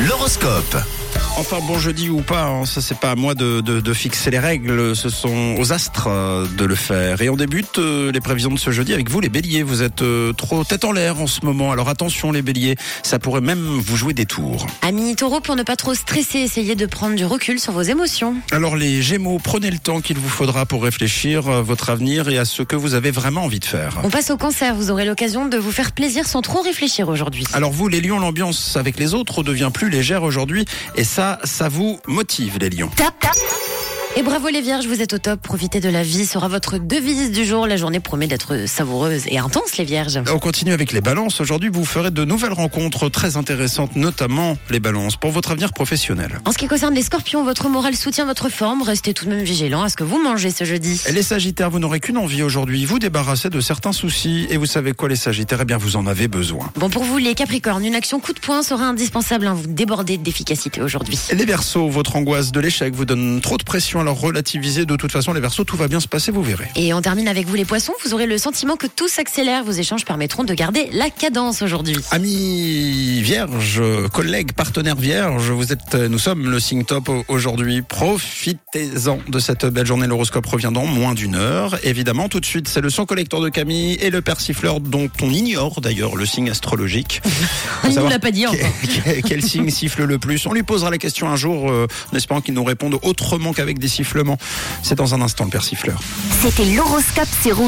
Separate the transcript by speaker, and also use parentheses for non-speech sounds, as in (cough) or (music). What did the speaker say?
Speaker 1: L'horoscope.
Speaker 2: Enfin bon jeudi ou pas, hein, ça c'est pas à moi de, de- de fixer les règles, ce sont aux astres euh, de le faire. Et on débute euh, les prévisions de ce jeudi avec vous les béliers, vous êtes euh, trop tête en l'air en ce moment, alors attention les béliers, ça pourrait même vous jouer des tours.
Speaker 3: Amis taureau, pour ne pas trop stresser, essayez de prendre du recul sur vos émotions.
Speaker 2: Alors les gémeaux, prenez le temps qu'il vous faudra pour réfléchir à votre avenir et à ce que vous avez vraiment envie de faire.
Speaker 3: On passe au cancer, vous aurez l'occasion de vous faire plaisir sans trop réfléchir aujourd'hui.
Speaker 2: Alors vous les lions, l'ambiance avec les autres devient plus légère aujourd'hui et ça, ça vous motive les lions.
Speaker 3: Tap, tap. Et bravo les vierges, vous êtes au top, profitez de la vie, sera votre devise du jour. La journée promet d'être savoureuse et intense les vierges.
Speaker 2: On continue avec les balances. Aujourd'hui, vous ferez de nouvelles rencontres très intéressantes, notamment les balances, pour votre avenir professionnel.
Speaker 3: En ce qui concerne les scorpions, votre morale soutient votre forme, restez tout de même vigilant à ce que vous mangez ce jeudi.
Speaker 2: Les sagittaires, vous n'aurez qu'une envie aujourd'hui, vous débarrasser de certains soucis. Et vous savez quoi, les sagittaires Eh bien, vous en avez besoin.
Speaker 3: Bon pour vous les capricornes, une action coup de poing sera indispensable, hein, vous débordez d'efficacité aujourd'hui.
Speaker 2: Les Verseaux, votre angoisse de l'échec vous donne trop de pression, alors relativisez. De toute façon, les Verseaux, tout va bien se passer, vous verrez.
Speaker 3: Et on termine avec vous les poissons, vous aurez le sentiment que tout s'accélère, vos échanges permettront de garder la cadence aujourd'hui.
Speaker 2: Ah, Amis vierges, collègues, partenaires vierges, vous êtes, nous sommes le signe top aujourd'hui. Profitez-en de cette belle journée. L'horoscope revient dans moins d'une heure. Évidemment, tout de suite, c'est le son collecteur de Camille et le persifleur dont on ignore d'ailleurs le signe
Speaker 3: (laughs)
Speaker 2: astrologique. Faut
Speaker 3: Il nous
Speaker 2: savoir
Speaker 3: l'a pas dit encore.
Speaker 2: quel, quel signe siffle le plus On lui posera la question un jour, euh, en espérant qu'il nous réponde autrement qu'avec des sifflements. C'est dans un instant le persifleur.
Speaker 4: C'était l'horoscope sur Rouge.